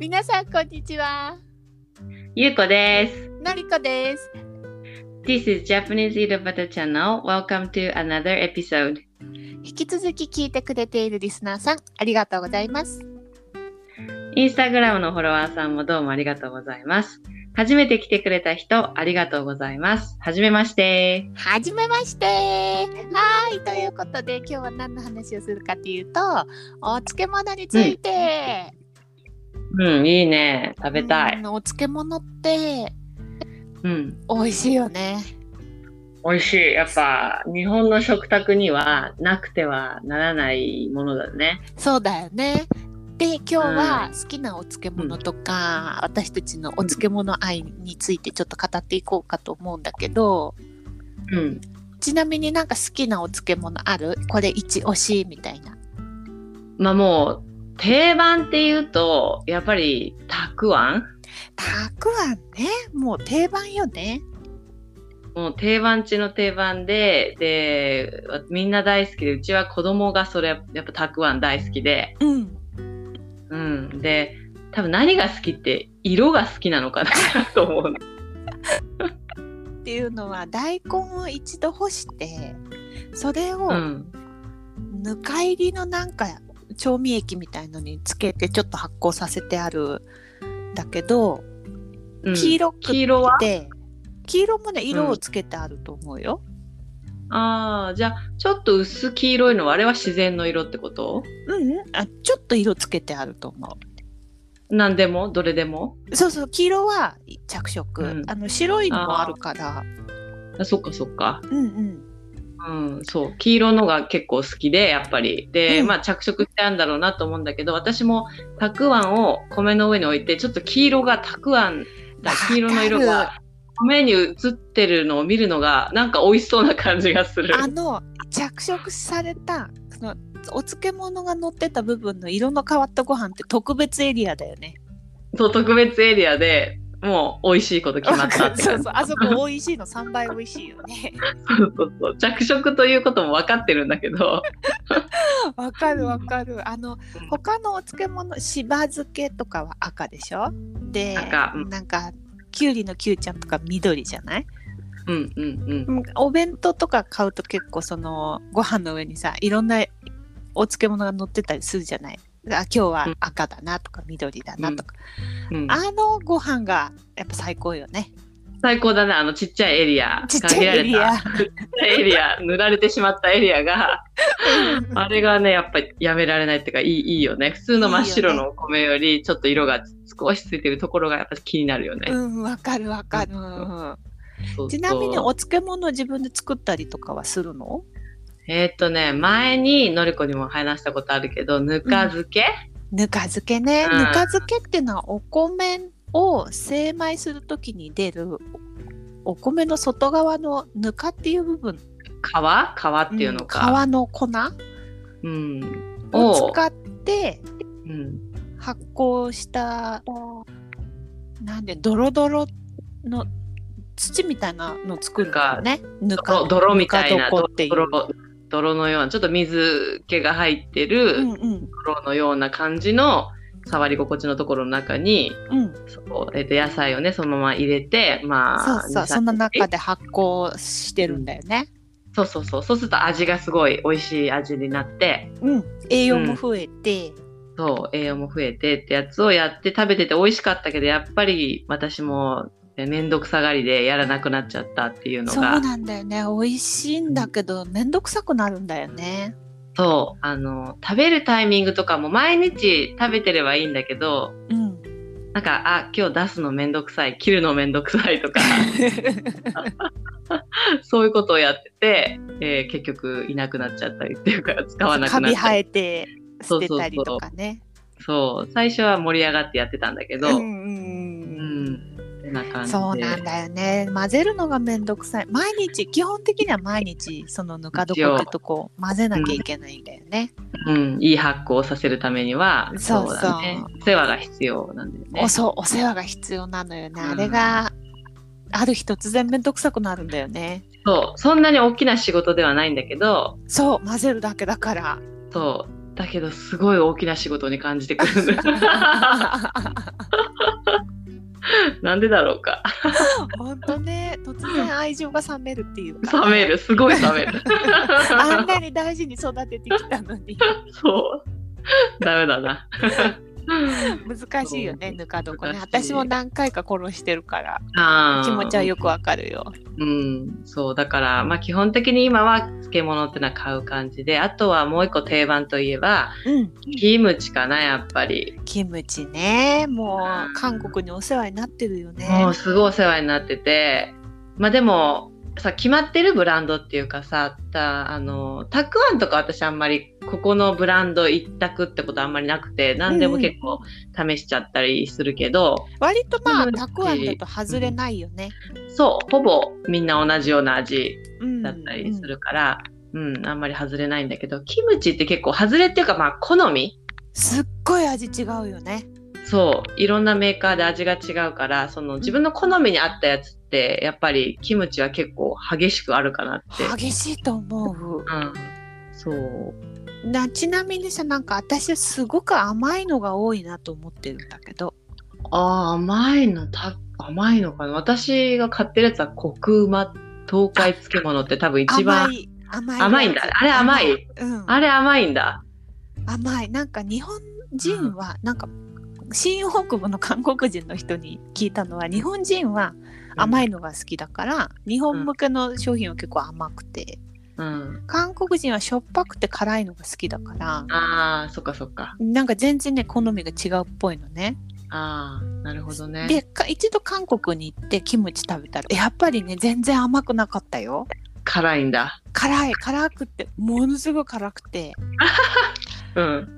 皆さんこんにちは。ゆうこです。のりこです。 This is Japanese Eat Butter Channel. Welcome to another episode. 引き続き聞いてくれているリスナーさん、ありがとうございます。インスタグラムのフォロワーさんもどうもありがとうございます。初めて来てくれた人、ありがとうございます。はじめまして。はじめましてはーいということで今日は何の話をするかというとお漬物について、うん、いいね。食べたい。うんお漬物ってうん。美味しいよね美味しい。やっぱ、日本の食卓にはなくてはならないものだね。そうだよねで今日は好きなお漬物とか、私たちのお漬物愛についてちょっと語っていこうかと思うんだけどうん。ちなみになんか好きなお漬物あるこれ一押しみたいなまあもう、定番っていうと、やっぱり、たくあんたくあんねもう定番よねもう定番中の定番で、で、みんな大好きで、うちは子供がそれ、やっぱたくあん大好きで、うんうん。で、多分何が好きって、色が好きなのかな と思うの。っていうのは大根を一度干してそれをうん。ぬか入りのなんか調味液みたいのにつけてちょっと発酵させてあるんだけどうん黄色く黄色はで黄色もね色をつけてあると思うよ。ああ、じゃあ、ちょっと薄黄色いのは、あれは自然の色ってことうん、うん、あちょっと色つけてあると思何でもどれでもう。そうそう黄色はい着色、うんあの白いのもあるから。あそっかそっか。うんうんうん、そう黄色のが結構好きでやっぱりで、うんまあ着色してあるんだろうなと思うんだけど私もたくあんを米の上に置いてちょっと黄色がたくあんだわかる黄色の色が米に映ってるのを見るのがなんか美味しそうな感じがするあの着色されたそのお漬物が乗ってた部分の色の変わったご飯って特別エリアだよね。そう特別エリアでもう美味しいこと決まったって そ感うじそうあそこ美味しいの3倍美味しいよ ねそうそうそう着色ということも分かってるんだ けどわかるわかるあの他のお漬物しば漬けとかは赤でしょで赤うんなんかきゅうりのきゅうちゃんとか緑じゃないうんうんうんうんお弁当とか買うと結構そのご飯の上にさいろんなお漬物が乗ってたりするじゃないあ今日は赤だなとか緑だなとか、うんあのご飯がやっぱ最高よね最高だねあのちっちゃいエリアちっちゃいエリア限られたちっちゃいエリア塗られてしまったエリアがあれがね、やっぱりやめられないっていうか、いいいいよね。普通の真っ白のお米より、ちょっと色が少しついてるところがやっぱ気になるよ ね。うんわかるわかる、そうそうちなみにお漬物自分で作ったりとかはするのえーっとね、前にのりこにも話したことあるけど、ぬか漬け、ぬか漬けね、うんぬか漬けっていうのはお米を精米するときに出るお米の外側のぬかっていう部分皮皮っていうのか。皮の粉うん。をを、使ってうん、発酵したなんでドロドロの土みたいなの作るんだよねぬか泥泥みたいなぬか床っていう泥泥のような、ちょっと水気が入ってうるんうん泥のような感じの触り心地のところの中に、うんそうえーっと野菜をね、そのまま入れて、まそあ、うそう2-3その中で発酵してるんだよね、そうそうそうそうすると味がすごい美味しい味になってうん、栄養も増えて、そう栄養も増えてってやつをやって食べてて美味しかったけどやっぱり私もね面倒くさがりでやらなくなっちゃったっていうのそうがそうなんだよね美味しいんだけど面倒くさくなるんだよねあの食べるタイミングとかも毎日食べてればいいんだけど うんなんかあ今日出すの面倒くさい切るの面倒くさいと かそういうことをやってて、えー結局いなくなっちゃったりっていうか使わなカくなっビちゃっ生たえて捨てたりとかねそう最初は盛り上がってやってたんだけど、うんうんううんん、そんな感じで。そうなんだよね混ぜるのが面倒くさい毎日基本的には毎日そのぬか床ってとこ混ぜなきゃいけないんだよね、うん、いい発酵をさせるためには、そうそうだね。世話が必要なんだよねお。そうお世話が必要なのよね、うんあれがある日突然面倒くさくなるんだよねそう、そんなに大きな仕事ではないんだけど、 そう混ぜるだけだからそう、だけどすごい大きな仕事に感じてくるんです なんでだろうか本当ね突然愛情が冷めるっていうか冷めるすごい冷める あんなに大事に育ててきたのに そうダメ だな難しいよねそうぬか床ね難しい私も何回か殺してるからあー気持ちはよくわかるようん、そうだから、まあ、基本的に今は漬物ってのは買う感じであとはもう一個定番といえばうんキムチかなやっぱり、キムチねもう韓国にお世話になってるよねもうすごいお世話になっててまあでもさ決まってるブランドっていうかさたあのたくあんとか私あんまりここのブランド一択ってことあんまりなくて何でも結構試しちゃったりするけど、割とまあキムチたくあんだと外れないよね、そうほぼみんな同じような味うん、だったりするから、うんあんまり外れないんだけどキムチって結構外れっていうかまあ好みすっごい味違うよねそういろんなメーカーで味が違うからその自分の好みに合ったやつってやっぱりキムチは結構激しくあるかなって、激しいと思ううん、そうなちなみにさなんか私はすごく甘いのが多いなと思ってるんだけどあー甘いのた甘いのかな私が買ってるやつはコクうま東海漬物って多分一甘番い甘い甘いんだあれ甘い、うん、あれ甘いんだ甘いなんか日本人はなんか新北部の韓国人の人に聞いたのは日本人は甘いのが好きだから、日本向けの商品は結構甘くてうん韓国人はしょっぱくて辛いのが好きだからあーそっかそっかなんか全然ね好みが違うっぽいのね。あーなるほどねでか一度韓国に行ってキムチ食べたらやっぱりね全然甘くなかったよ。辛いんだ辛い辛くてものすごい辛くてうん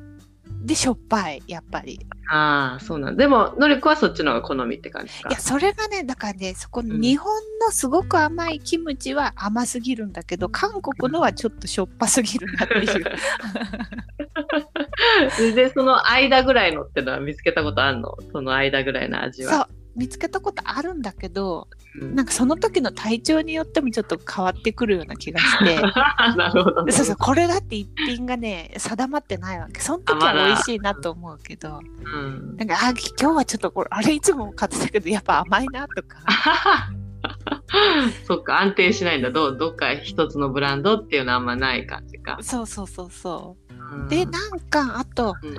でしょっぱいやっぱり。ああそうなんでものりこはそっちの方が好みって感じかいやそれがねだからねそこん日本のすごく甘いキムチは甘すぎるんだけど韓国のはちょっとしょっぱすぎるなっていう で、その間ぐらいのってのは見つけたことあるのその間ぐらいの味そは。う見つけたことあるんだけどうん なんかその時の体調によってもちょっと変わってくるような気がして なるほど、ね。そうそうこれだって一品がね定まってないわけその時はあまだ美味しいなと思うけどうんなんかあ今日はちょっとこれあれいつも買ってたけどやっぱ甘いなとか そっか、安定しないんだ。どうどっか一つのブランドっていうのはあんまない感じか。そうそうそうそう。うんでなんかあと、うん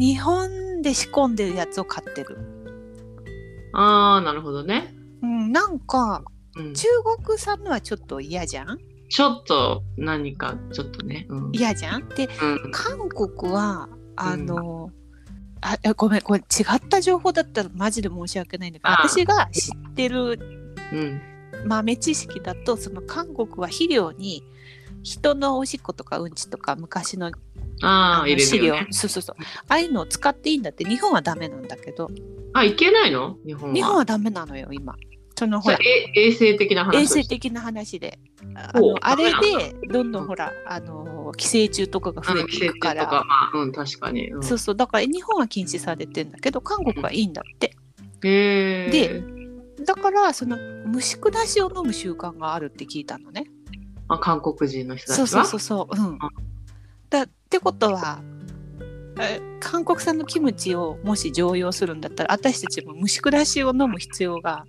日本で仕込んでるやつを買ってる、ああ、なるほどね、うん、なんかうん。中国産のはちょっと嫌じゃんちょっと何かちょっとね。うん嫌じゃんでうん韓国はあの、あえごめんこれ違った情報だったらマジで申し訳ないんだけどああ私が知ってるうん豆知識だとその韓国は肥料に人のおしっことかうんちとか昔のああのあ、入れ飼る料、よ、ね。そうそうそうああいうのを使っていいんだって日本はダメなんだけどあ、いけないの日本は。日本はダメなのよ今そのそほれらえ衛生的な話を衛して生的な話であほうのあれでどんどんほらあの寄生虫とかが増えうんて寄い生くか虫とらか、まあ、うん、確かに。うん、そうそうだから日本は禁止されてんだけど韓国はいいんだってへーでだからその虫下しを飲む習慣があるって聞いたのねあ韓国人の人たちそうはそうそうそううんだってことはえ韓国産のキムチをもし常用するんだったら私たちも虫下しを飲む必要が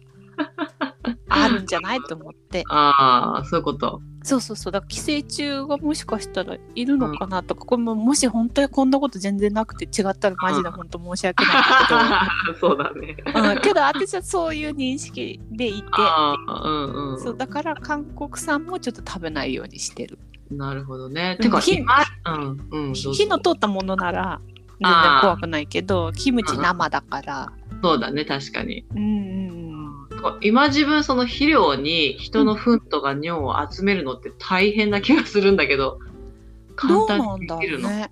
あるんじゃないと思ってああそういうことそうそうそうだから寄生虫がもしかしたらいるのかなとか、これももし本当にこんなこと全然なくて違ったらマジで本当申し訳ないんだ そうだねけ ど、うん、けど私はそういう認識でいてああうんうそうだから韓国産もちょっと食べないようにしてるんなるほどねうんてか火今うんうんどうぞ火の通ったものなら全然あー怖くないけどキムチ生だからそうだね確かにうんうんうん今自分その肥料に人の糞とか尿を集めるのって大変な気がするんだけど簡どう単なんにだできろうるのね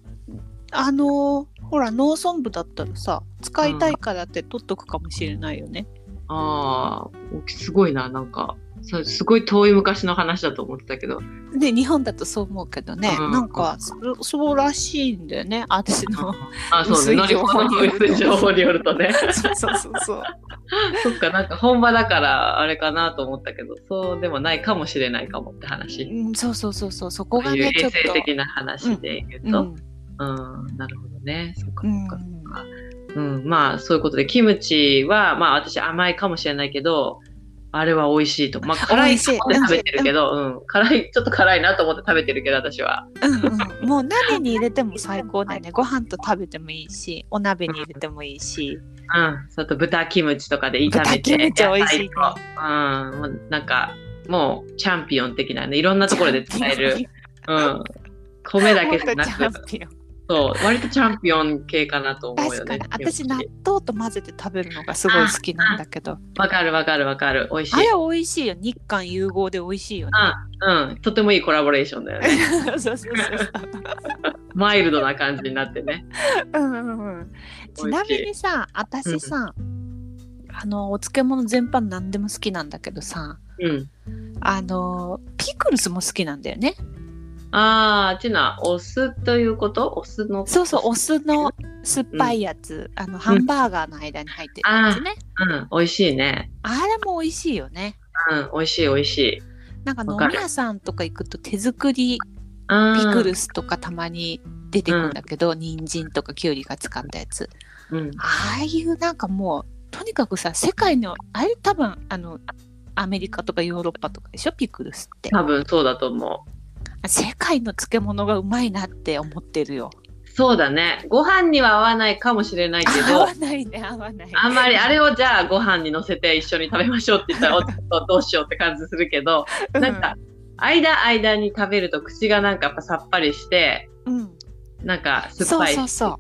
あのーほら農村部だったらさ使いたいからって取っとくかもしれないよね、ああすごいななんかそれすごい遠い昔の話だと思ってたけどで日本だとそう思うけどね、うんなんかそそうらしいんだよね私のあそう薄ねいのり情こ報にのよると薄い情報によるとね そうそうそうそうそっか、なんか本場だからあれかなと思ったけど、そうでもないかもしれないかもって話。うんそうそうそうそうそここがういうねちょ衛っ生的な話で言うと、と、うん、うん、なるほどね。そっかうそっんか。うん、まあそういうことで、キムチは、まあ私甘いかもしれないけど、あれは美味しいと。まあ辛美い味しとい思って食べてるけど、うん、辛い、ちょっと辛いなと思って食べてるけど、私は。うんうん、もう鍋に入れても最高だよ ねご飯と食べてもいいしお鍋に入れてもいいしうん、それと豚キムチとかで炒めて。豚キムチ美味しいね野菜とうん、もうなんか、もうチャンピオン的なね、いろんなところで使える。うん。米だけじゃなほんとく、チャンピオンそう、割とチャンピオン系かなと思うよ 確かねに。私納キムチ豆と混ぜて食べるのがすごい好きなんだけどわかるわかるわかる。美味しいあ。れ美味しいよ日韓融合で美味しいよねうん、とてもいいコラボレーションだよね。 そうそうそうそうマイルドな感じになってね。うんうんうんちなみにさ私さ、あのお漬物全般何でも好きなんだけどさうん。あのピクルスも好きなんだよねああ、ちな、お酢ということお酢の。そうそうお酢の酸っぱいやつ、あのハンバーガーの間に入ってるやつね、うん、美味しいね。あれも美味しいよねうん、美味しい美味しい。なんかわ飲かみる屋さんとか行くと手作りあピークルスとかたまに出てくるんだけど、人参とかきゅうりが使ったやつうん。ああいうなんかもうとにかくさ世界のあれ多分あのアメリカとかヨーロッパとかでしょピクルスって多分そうだと思世界の漬物がうまいなって思ってるよう。そうだね。ご飯には合わないかもしれないけ合どわ、ないね合わないあんまりあれをじゃあご飯に乗せて一緒に食べましょうって言 ったら、おちょっとどうしようって感じするけど、うんなんか、間間に食べると口がなんかやっぱさっぱりして、うんなんか酸っそうぱいしそうそう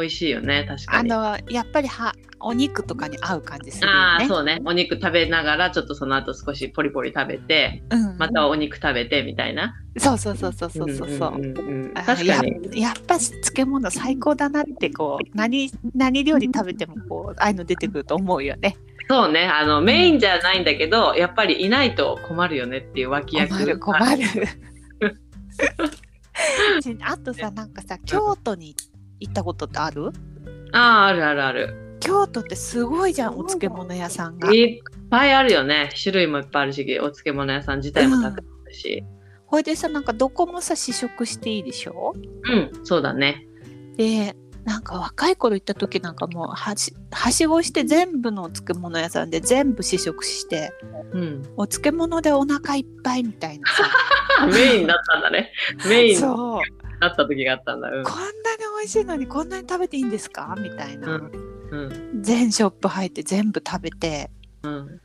美味しいよね、確かあに。のやっぱりはお肉とかに合う感じするあよあーね。そうねお肉食べながらちょっとその後少しポリポリ食べてうん、またお肉食べてみたいな、そうそうそうそうそうそうそう。んうんうんうんあー確かにややっぱ漬物最高だなってこう何何料理食べてもこうああいうの出てくると思うよね。そうねあのメインじゃないんだけどやっぱりいないと困るよねっていう脇役困る 困る。ちあとさなんかさ京都に行ったことってあるあああるあるある京都ってすごいじゃんお漬物屋さんが。いっぱいあるよね種類もいっぱいあるしお漬物屋さん自体もたくさんあるしほいでさなんかどこもさ試食していいでしょうん、そうだねでなんか若い頃行った時なんかもうはしはしごして全部のお漬物屋さんで全部試食してうんお漬物でお腹いっぱいみたい なさあメインだったん だねメインだそうった時があったんだうんこんなに美味しいのにこんなに食べていいんですかみたいな、うん全ショップ入って全部食べてうん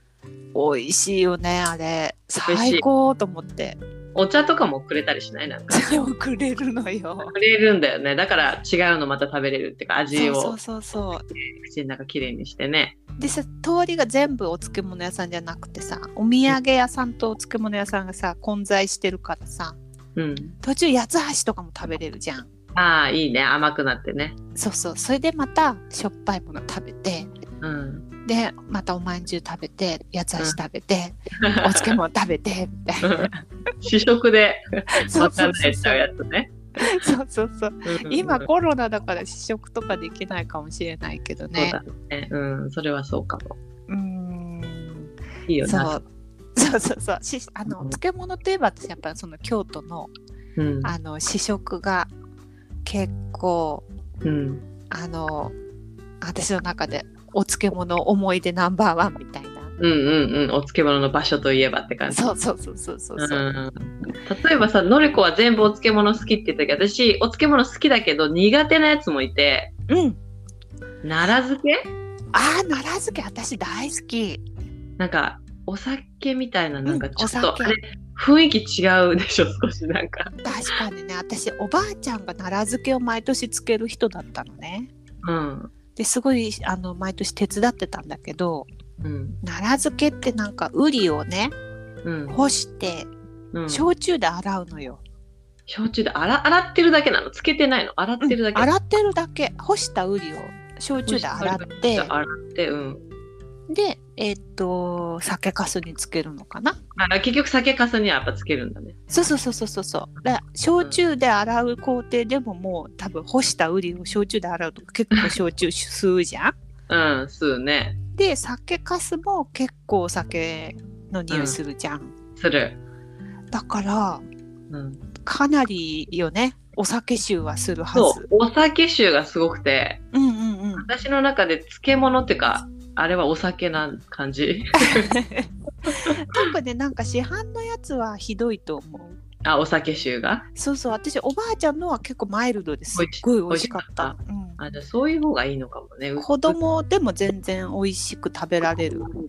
美味しいよねあれ美味しい最高と思って お茶とかもくれたりしないなんかそれをくれるのよくれるんだよねだから違うのまた食べれるっていうか味そうそをうそうそう口の中きれいにしてねでさ通りが全部お漬物屋さんじゃなくてさお土産屋さんとお漬物屋さんがさ混在してるからさうん途中八つ橋とかも食べれるじゃんああいいね甘くなってねそうそうそれでまたしょっぱいもの食べてうんでまたおまんじゅう食べて八つ橋食べて、お漬物食べてみたいな主食でそまうそかうれちゃうやつねそうそうそううん今そうコロナだから試食とかできないかもしれないけどねだねうんそれはそうかもうーんいいよねそうそうそうそうしあのうん漬物といえば私やっぱりその京都のうんあの試食が結構うんあの私の中でお漬物思い出ナンバーワンみたいなうんうんうんお漬物の場所といえばって感じそうそうそうそうそうそう、ん、例えばさのりこは全部お漬物好きって言ったけど私お漬物好きだけど苦手なやつもいてうん、奈良漬けああ奈良漬け私大好きなんかお酒みたいななんかうんちょっおと酒あれ雰囲気違うでしょ少しなんか、確かにね私おばあちゃんが奈良漬けを毎年漬ける人だったのねうんですごいあの毎年手伝ってたんだけどうん奈良漬けってなんかウリをねうん干してうん、焼焼酎で洗うのよ、酎で洗洗ってるだけなのつけてないの洗ってるだけ、洗ってるだけ干したウリを焼酎で洗って洗ってうんでえーっと酒粕につけるのかなあ結局酒粕にはやっぱつけるんだねそうそうそうそうそうそうだ焼酎で洗う工程でももう多分干したウリを焼酎で洗うと結構焼酎吸うじゃんうんそうねで酒粕も結構お酒の匂いするじゃん、するだからうんかなりよねお酒臭はするはそうず。お酒臭がすごくてうんうん うん。私の中で漬物っていうかあれはお酒な感 じなんかねなんか市販のやつはひどいと思う。あお酒臭がそうそう私おばあちゃんのは結構マイルドですっごい美味しかった。うんあじゃあそういう方がいいのかもね子供でも全然美味しく食べられる。うんうんうん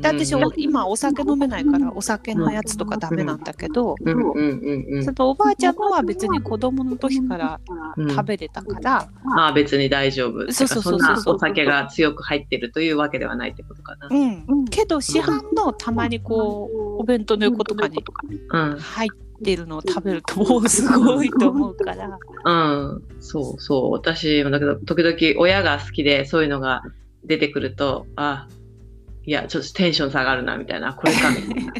で私お今お酒飲めないからお酒のやつとかダメなんだけど、うんうんうんうんそのおばあちゃんのは別に子供の時からうん食べれたから、まあ別に大丈夫。そうそうそうそうだからんなお酒が強く入ってるというわけではないってことかな。うんけど市販のたまにこうお弁当の横とかにうん、入ってるのを食べるともうすごいと思うから。うん、そうそう。私もだけど時々親が好きでそういうのが出てくると、あ、いやちょっとテンション下がるなみたいなこれかみたいな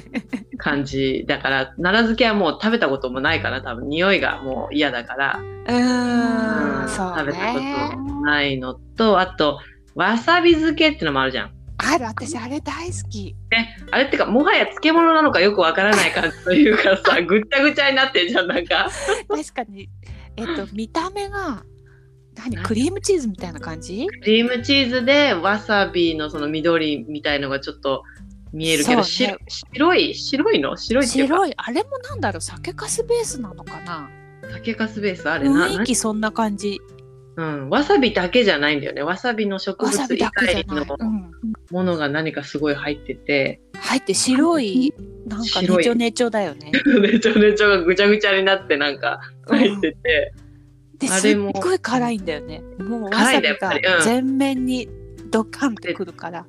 感じだから 奈良漬けはもう食べたこともないから多分匂いがもう嫌だから、うー、うんんそう食べたこね。とないのとあとわさび漬けってのもあるじゃん。ある、私あれ大好き。あれってかもはや漬物なのかよくわからない感じというかさぐっちゃぐちゃになってんじゃんなんか確かに、えっと、見た目が。何、クリームチーズみたいな感じ。クリームチーズでわさびのその緑みたいのがちょっと見えるけど、そうね白白い白いの白いっていうか白い、あれもなんだろう、酒粕ベースなのかな。酒かすベースあれな雰囲気そんな感じ。なうん、わさびだけじゃないんだよねわさびの植わ物さび以だけじゃ外ない。うのん。ものが何かすごい入ってて、 入って白い。なんか白いねちょねちょだよね。ねちょねちょがぐちゃぐちゃになってなんか入ってて、で、あすれっもごい辛いんだよね。もうわ辛さいんだびやっぱがりうん全面に。ドカンってくるから。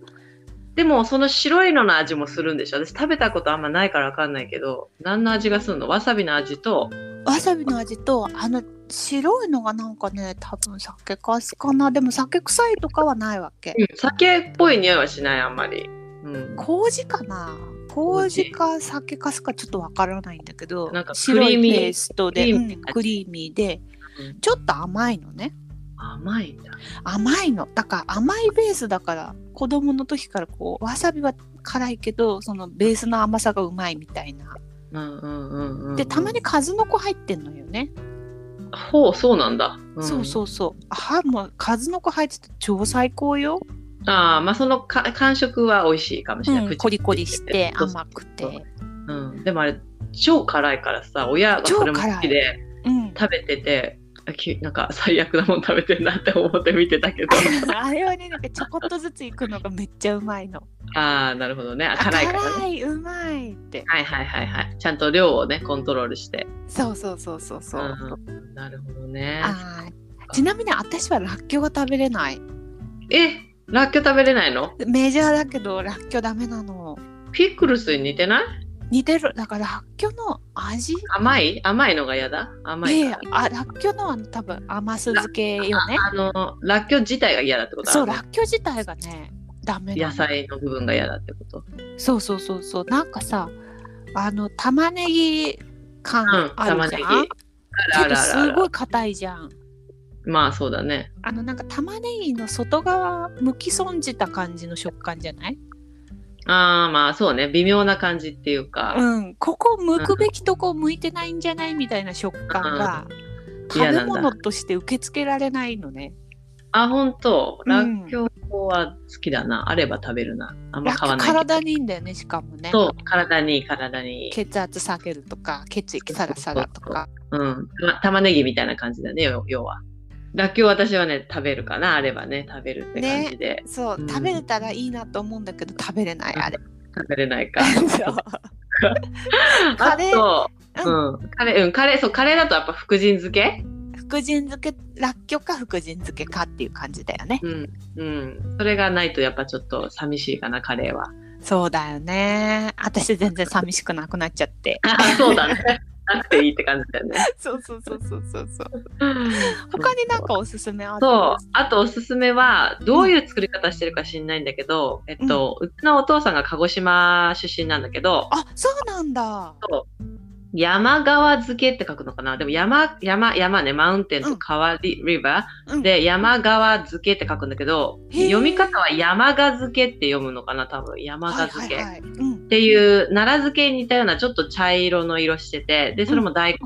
でもその白いのの味もするんでしょ私食べたことあんまないからわかんないけど何の味がするのわさびの味とわさびの味とあの白いのがなんかね多分酒かすかなでも酒臭いとかはないわけ、酒っぽい匂いはしないあんまり、うん、麹かな麹か酒かすかちょっとわからないんだけどなんかク白リいーミーペーストでクリーうミーんクリーミーでうんちょっと甘いのね甘いんだ甘いのだから甘いベースだから子供の時からこうわさびは辛いけどそのベースの甘さがうまいみたいなうんうんうんうんでたまに数の子入ってんのよね、ほうそうなんだ、んそうそうそうあもう数の子入ってて超最高よああまあそのか感触は美味しいかもしれない、うん、口コリコリしてそうそう甘くてそうそううん、でもあれ超辛いからさ親がそれも好きでうん、 食べててあきなんか最悪なもん食べてんなって思って見てた けどあれはねなんかちょこっとずついくのがめっちゃうまいのああなるほどねああ辛いからね辛いうまいってはいはいはいはいちゃんと量をねコントロールしてそうそうそうそうそう、ん、なるほどねあーちなみに私はらっきょうが食べれないえラッキョ食べれないのメジャーだけどらっきょうダメなのピクルスに似てない似てるだかららっきょうの味甘い甘いのが嫌だ甘いえかえあらっきょうのあの多分甘酢漬けよねあのラッキョ自体が嫌だってことそうあのらっきょう自体がねダメな野の菜の部分が嫌だってことそうそうそうそうなんかさあの玉ねぎ感うんあ玉るねじゃぎん、あけらどあらあすらごい硬いじゃん。まあそうだねあのなんか玉ねぎの外側剥き損じた感じの食感じゃない？ああまあそうね微妙な感じっていうか、うん、ここ剥くべきとこ向いてないんじゃないみたいな食感が食嫌べなんだ物として受け付けられないのね。あ本当うんらっきょうは好きだな、あれば食べるなあんま楽買わないけど体にいいんだよねしかもね。そう体にいい体にいい血圧下げるとか血液サラサラとか。うん、た玉ねぎみたいな感じだね要要はらっきょう私はね食べるかなあればね食べるって感じで、そううん食べれたらいいなと思うんだけど食べれないあれ。食べれないか そうカレーあと、うん、カレーうんカレーそうカレーだとやっぱ福神漬け福神漬けらっきょうか福神漬けかっていう感じだよね。うん、うん、それがないとやっぱちょっと寂しいかなカレーは そうだよね。私全然寂しくなくなっちゃ って。あそ うだねなくていいって感じだよねそうそうそうそうそうそう。他になんかおすすめある？そうあとおすすめはどういう作り方してるか知んないんだけど、えっとうちのお父さんが鹿児島出身なんだけどあ、そうなんだ。山川漬けって書くのかなでも山山山ねマウンテンと川リ,、リバうんーで山川漬けって書くんだけどへー読み方は山が漬けって読むのかな多分山が漬け、はいはいはい。うんっていう奈良漬けに似たようなちょっと茶色の色しててでそれも大根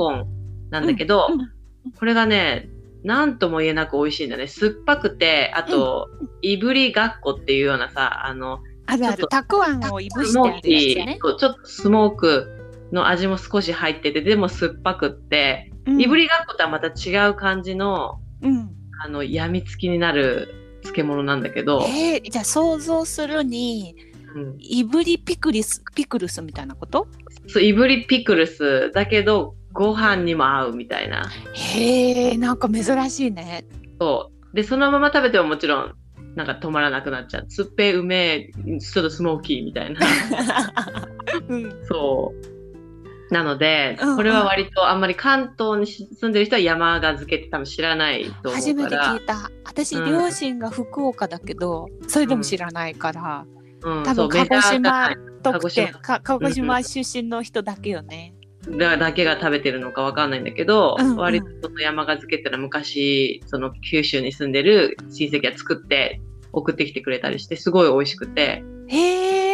なんだけど、うんこれがね、なんとも言えなく美味しいんだね。酸っぱくて、あと、いぶりがっこっていうようなさ、あの、あるあるちょっとたくあんをいぶスしてモあーるやキつー、ね。そうちょっとスモークの味も少し入ってて、でも酸っぱくって、いぶりがっことはまた違う感じの、うんうんあの、やみつきになる漬物なんだけど、えーじゃあ想像するにうんいぶりピクリスピクルスみたいなことそう、いぶりピクルスだけど、ご飯にも合うみたいな。へえんか珍しいね。 そう。で、そのまま食べてももちろん、なんか止まらなくなっちゃう。酸っぺうめえ、ちょっとスモーキー みたいな。うん、そう。なのでうんうん、これは割とあんまり関東に住んでる人は山が漬けって多分知らないと思初うめかてら聞い、た私、うん両親が福岡だけどそれでも知らないから、う多ん分そうメジャーじゃない特典鹿児島か鹿児島出身の人だけよね。だだけが食べてるのかわかんないんだけど、うんうん割とその山が漬けってのは昔、その九州に住んでる親戚が作って送ってきてくれたりして、すごい美味しくて、へ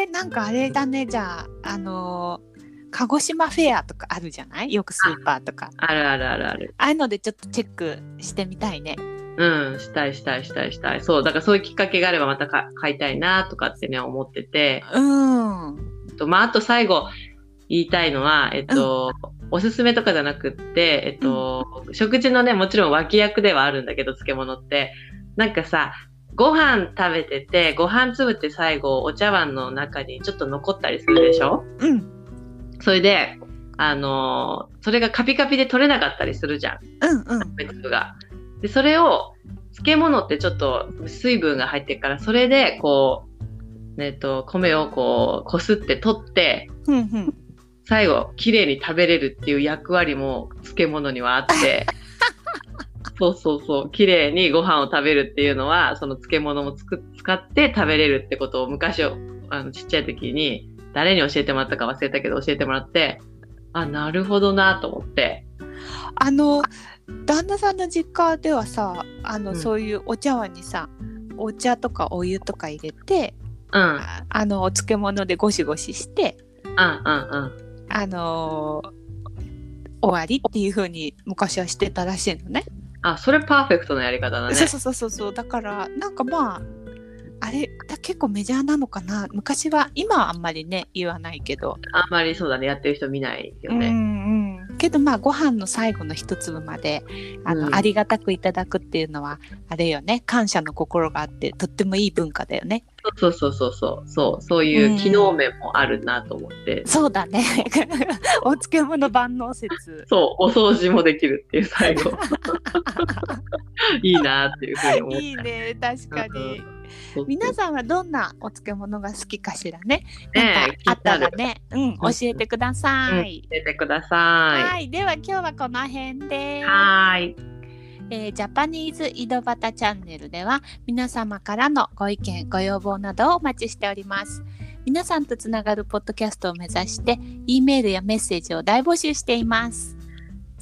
えんかあれだねじゃああのー鹿児島フェアとかあるじゃないよくスーパーとかあるあるあるある。ああいうのでちょっとチェックしてみたいね。うん、したいしたいしたいしたい。そう、だからそういうきっかけがあればまたか買いたいなとかってね、思ってて。うんえっとまあ、あと最後言いたいのは、えっと、おすすめとかじゃなくって、えっと、食事のね、もちろん脇役ではあるんだけど、漬物って。なんかさ、ご飯食べてて、ご飯粒って最後、お茶碗の中にちょっと残ったりするでしょうんそれで、あのーそれがカピカピで取れなかったりするじゃん。うんうん米粒が。で、それを、漬物ってちょっと水分が入ってるから、それで、こう、えっと、米をこう、こすって取って、うんうん最後、綺麗に食べれるっていう役割も漬物にはあって、そうそうそう、綺麗にご飯を食べるっていうのは、その漬物もつく使って食べれるってことを昔、あのちっちゃい時に、誰に教えてもらったか忘れたけど、教えてもらって、あ、なるほどなと思って、あの旦那さんの実家ではさあの、うんそういうお茶碗にさお茶とかお湯とか入れてうん、うん、ああのお漬物でゴシゴシしてうん、うん。あのー終わりっていう風に昔はしてたらしいのね。あ、それパーフェクトなやり方だね。そうそうそうそうそうだからなんかまああれだ結構メジャーなのかな昔は今はあんまりね言わないけど、あんまりそうだね、やってる人見ないようね。んうんけどまあご飯の最後の一粒まであの、うんありがたくいただくっていうのはあれよね感謝の心があってとってもいい文化だよねそうそうそうそう、そう、そういう機能面もあるなと思って、そうだね お漬物万能説そう、お掃除もできるっていう 最後。いいなっていうふうに思った。いいね確かにそうそう皆さんはどんなお漬物が好きかしらねねなんかあったら気にね、うん、教えてください、教えてくださはい、では今日はこの辺でい。、はーい。えージャパニーズ井戸端チャンネルでは皆様からのご意見ご要望などをお待ちしております皆さんとつながるポッドキャストを目指して E メールやメッセージを大募集しています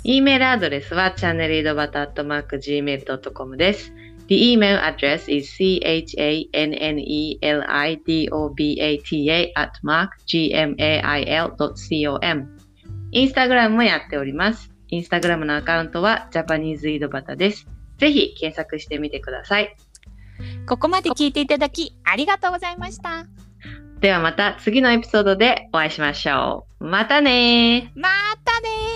E メールアドレスは channelidobata.gmail.com です。The email address is chanelidobata.gmail.com。インスタグラムもやっております。インスタグラムのアカウントは japaneseidobata です。ぜひ検索してみてください。ここまで聞いていただきありがとうございましたではまた次のエピソードでお会いしましょう。またねーまたねー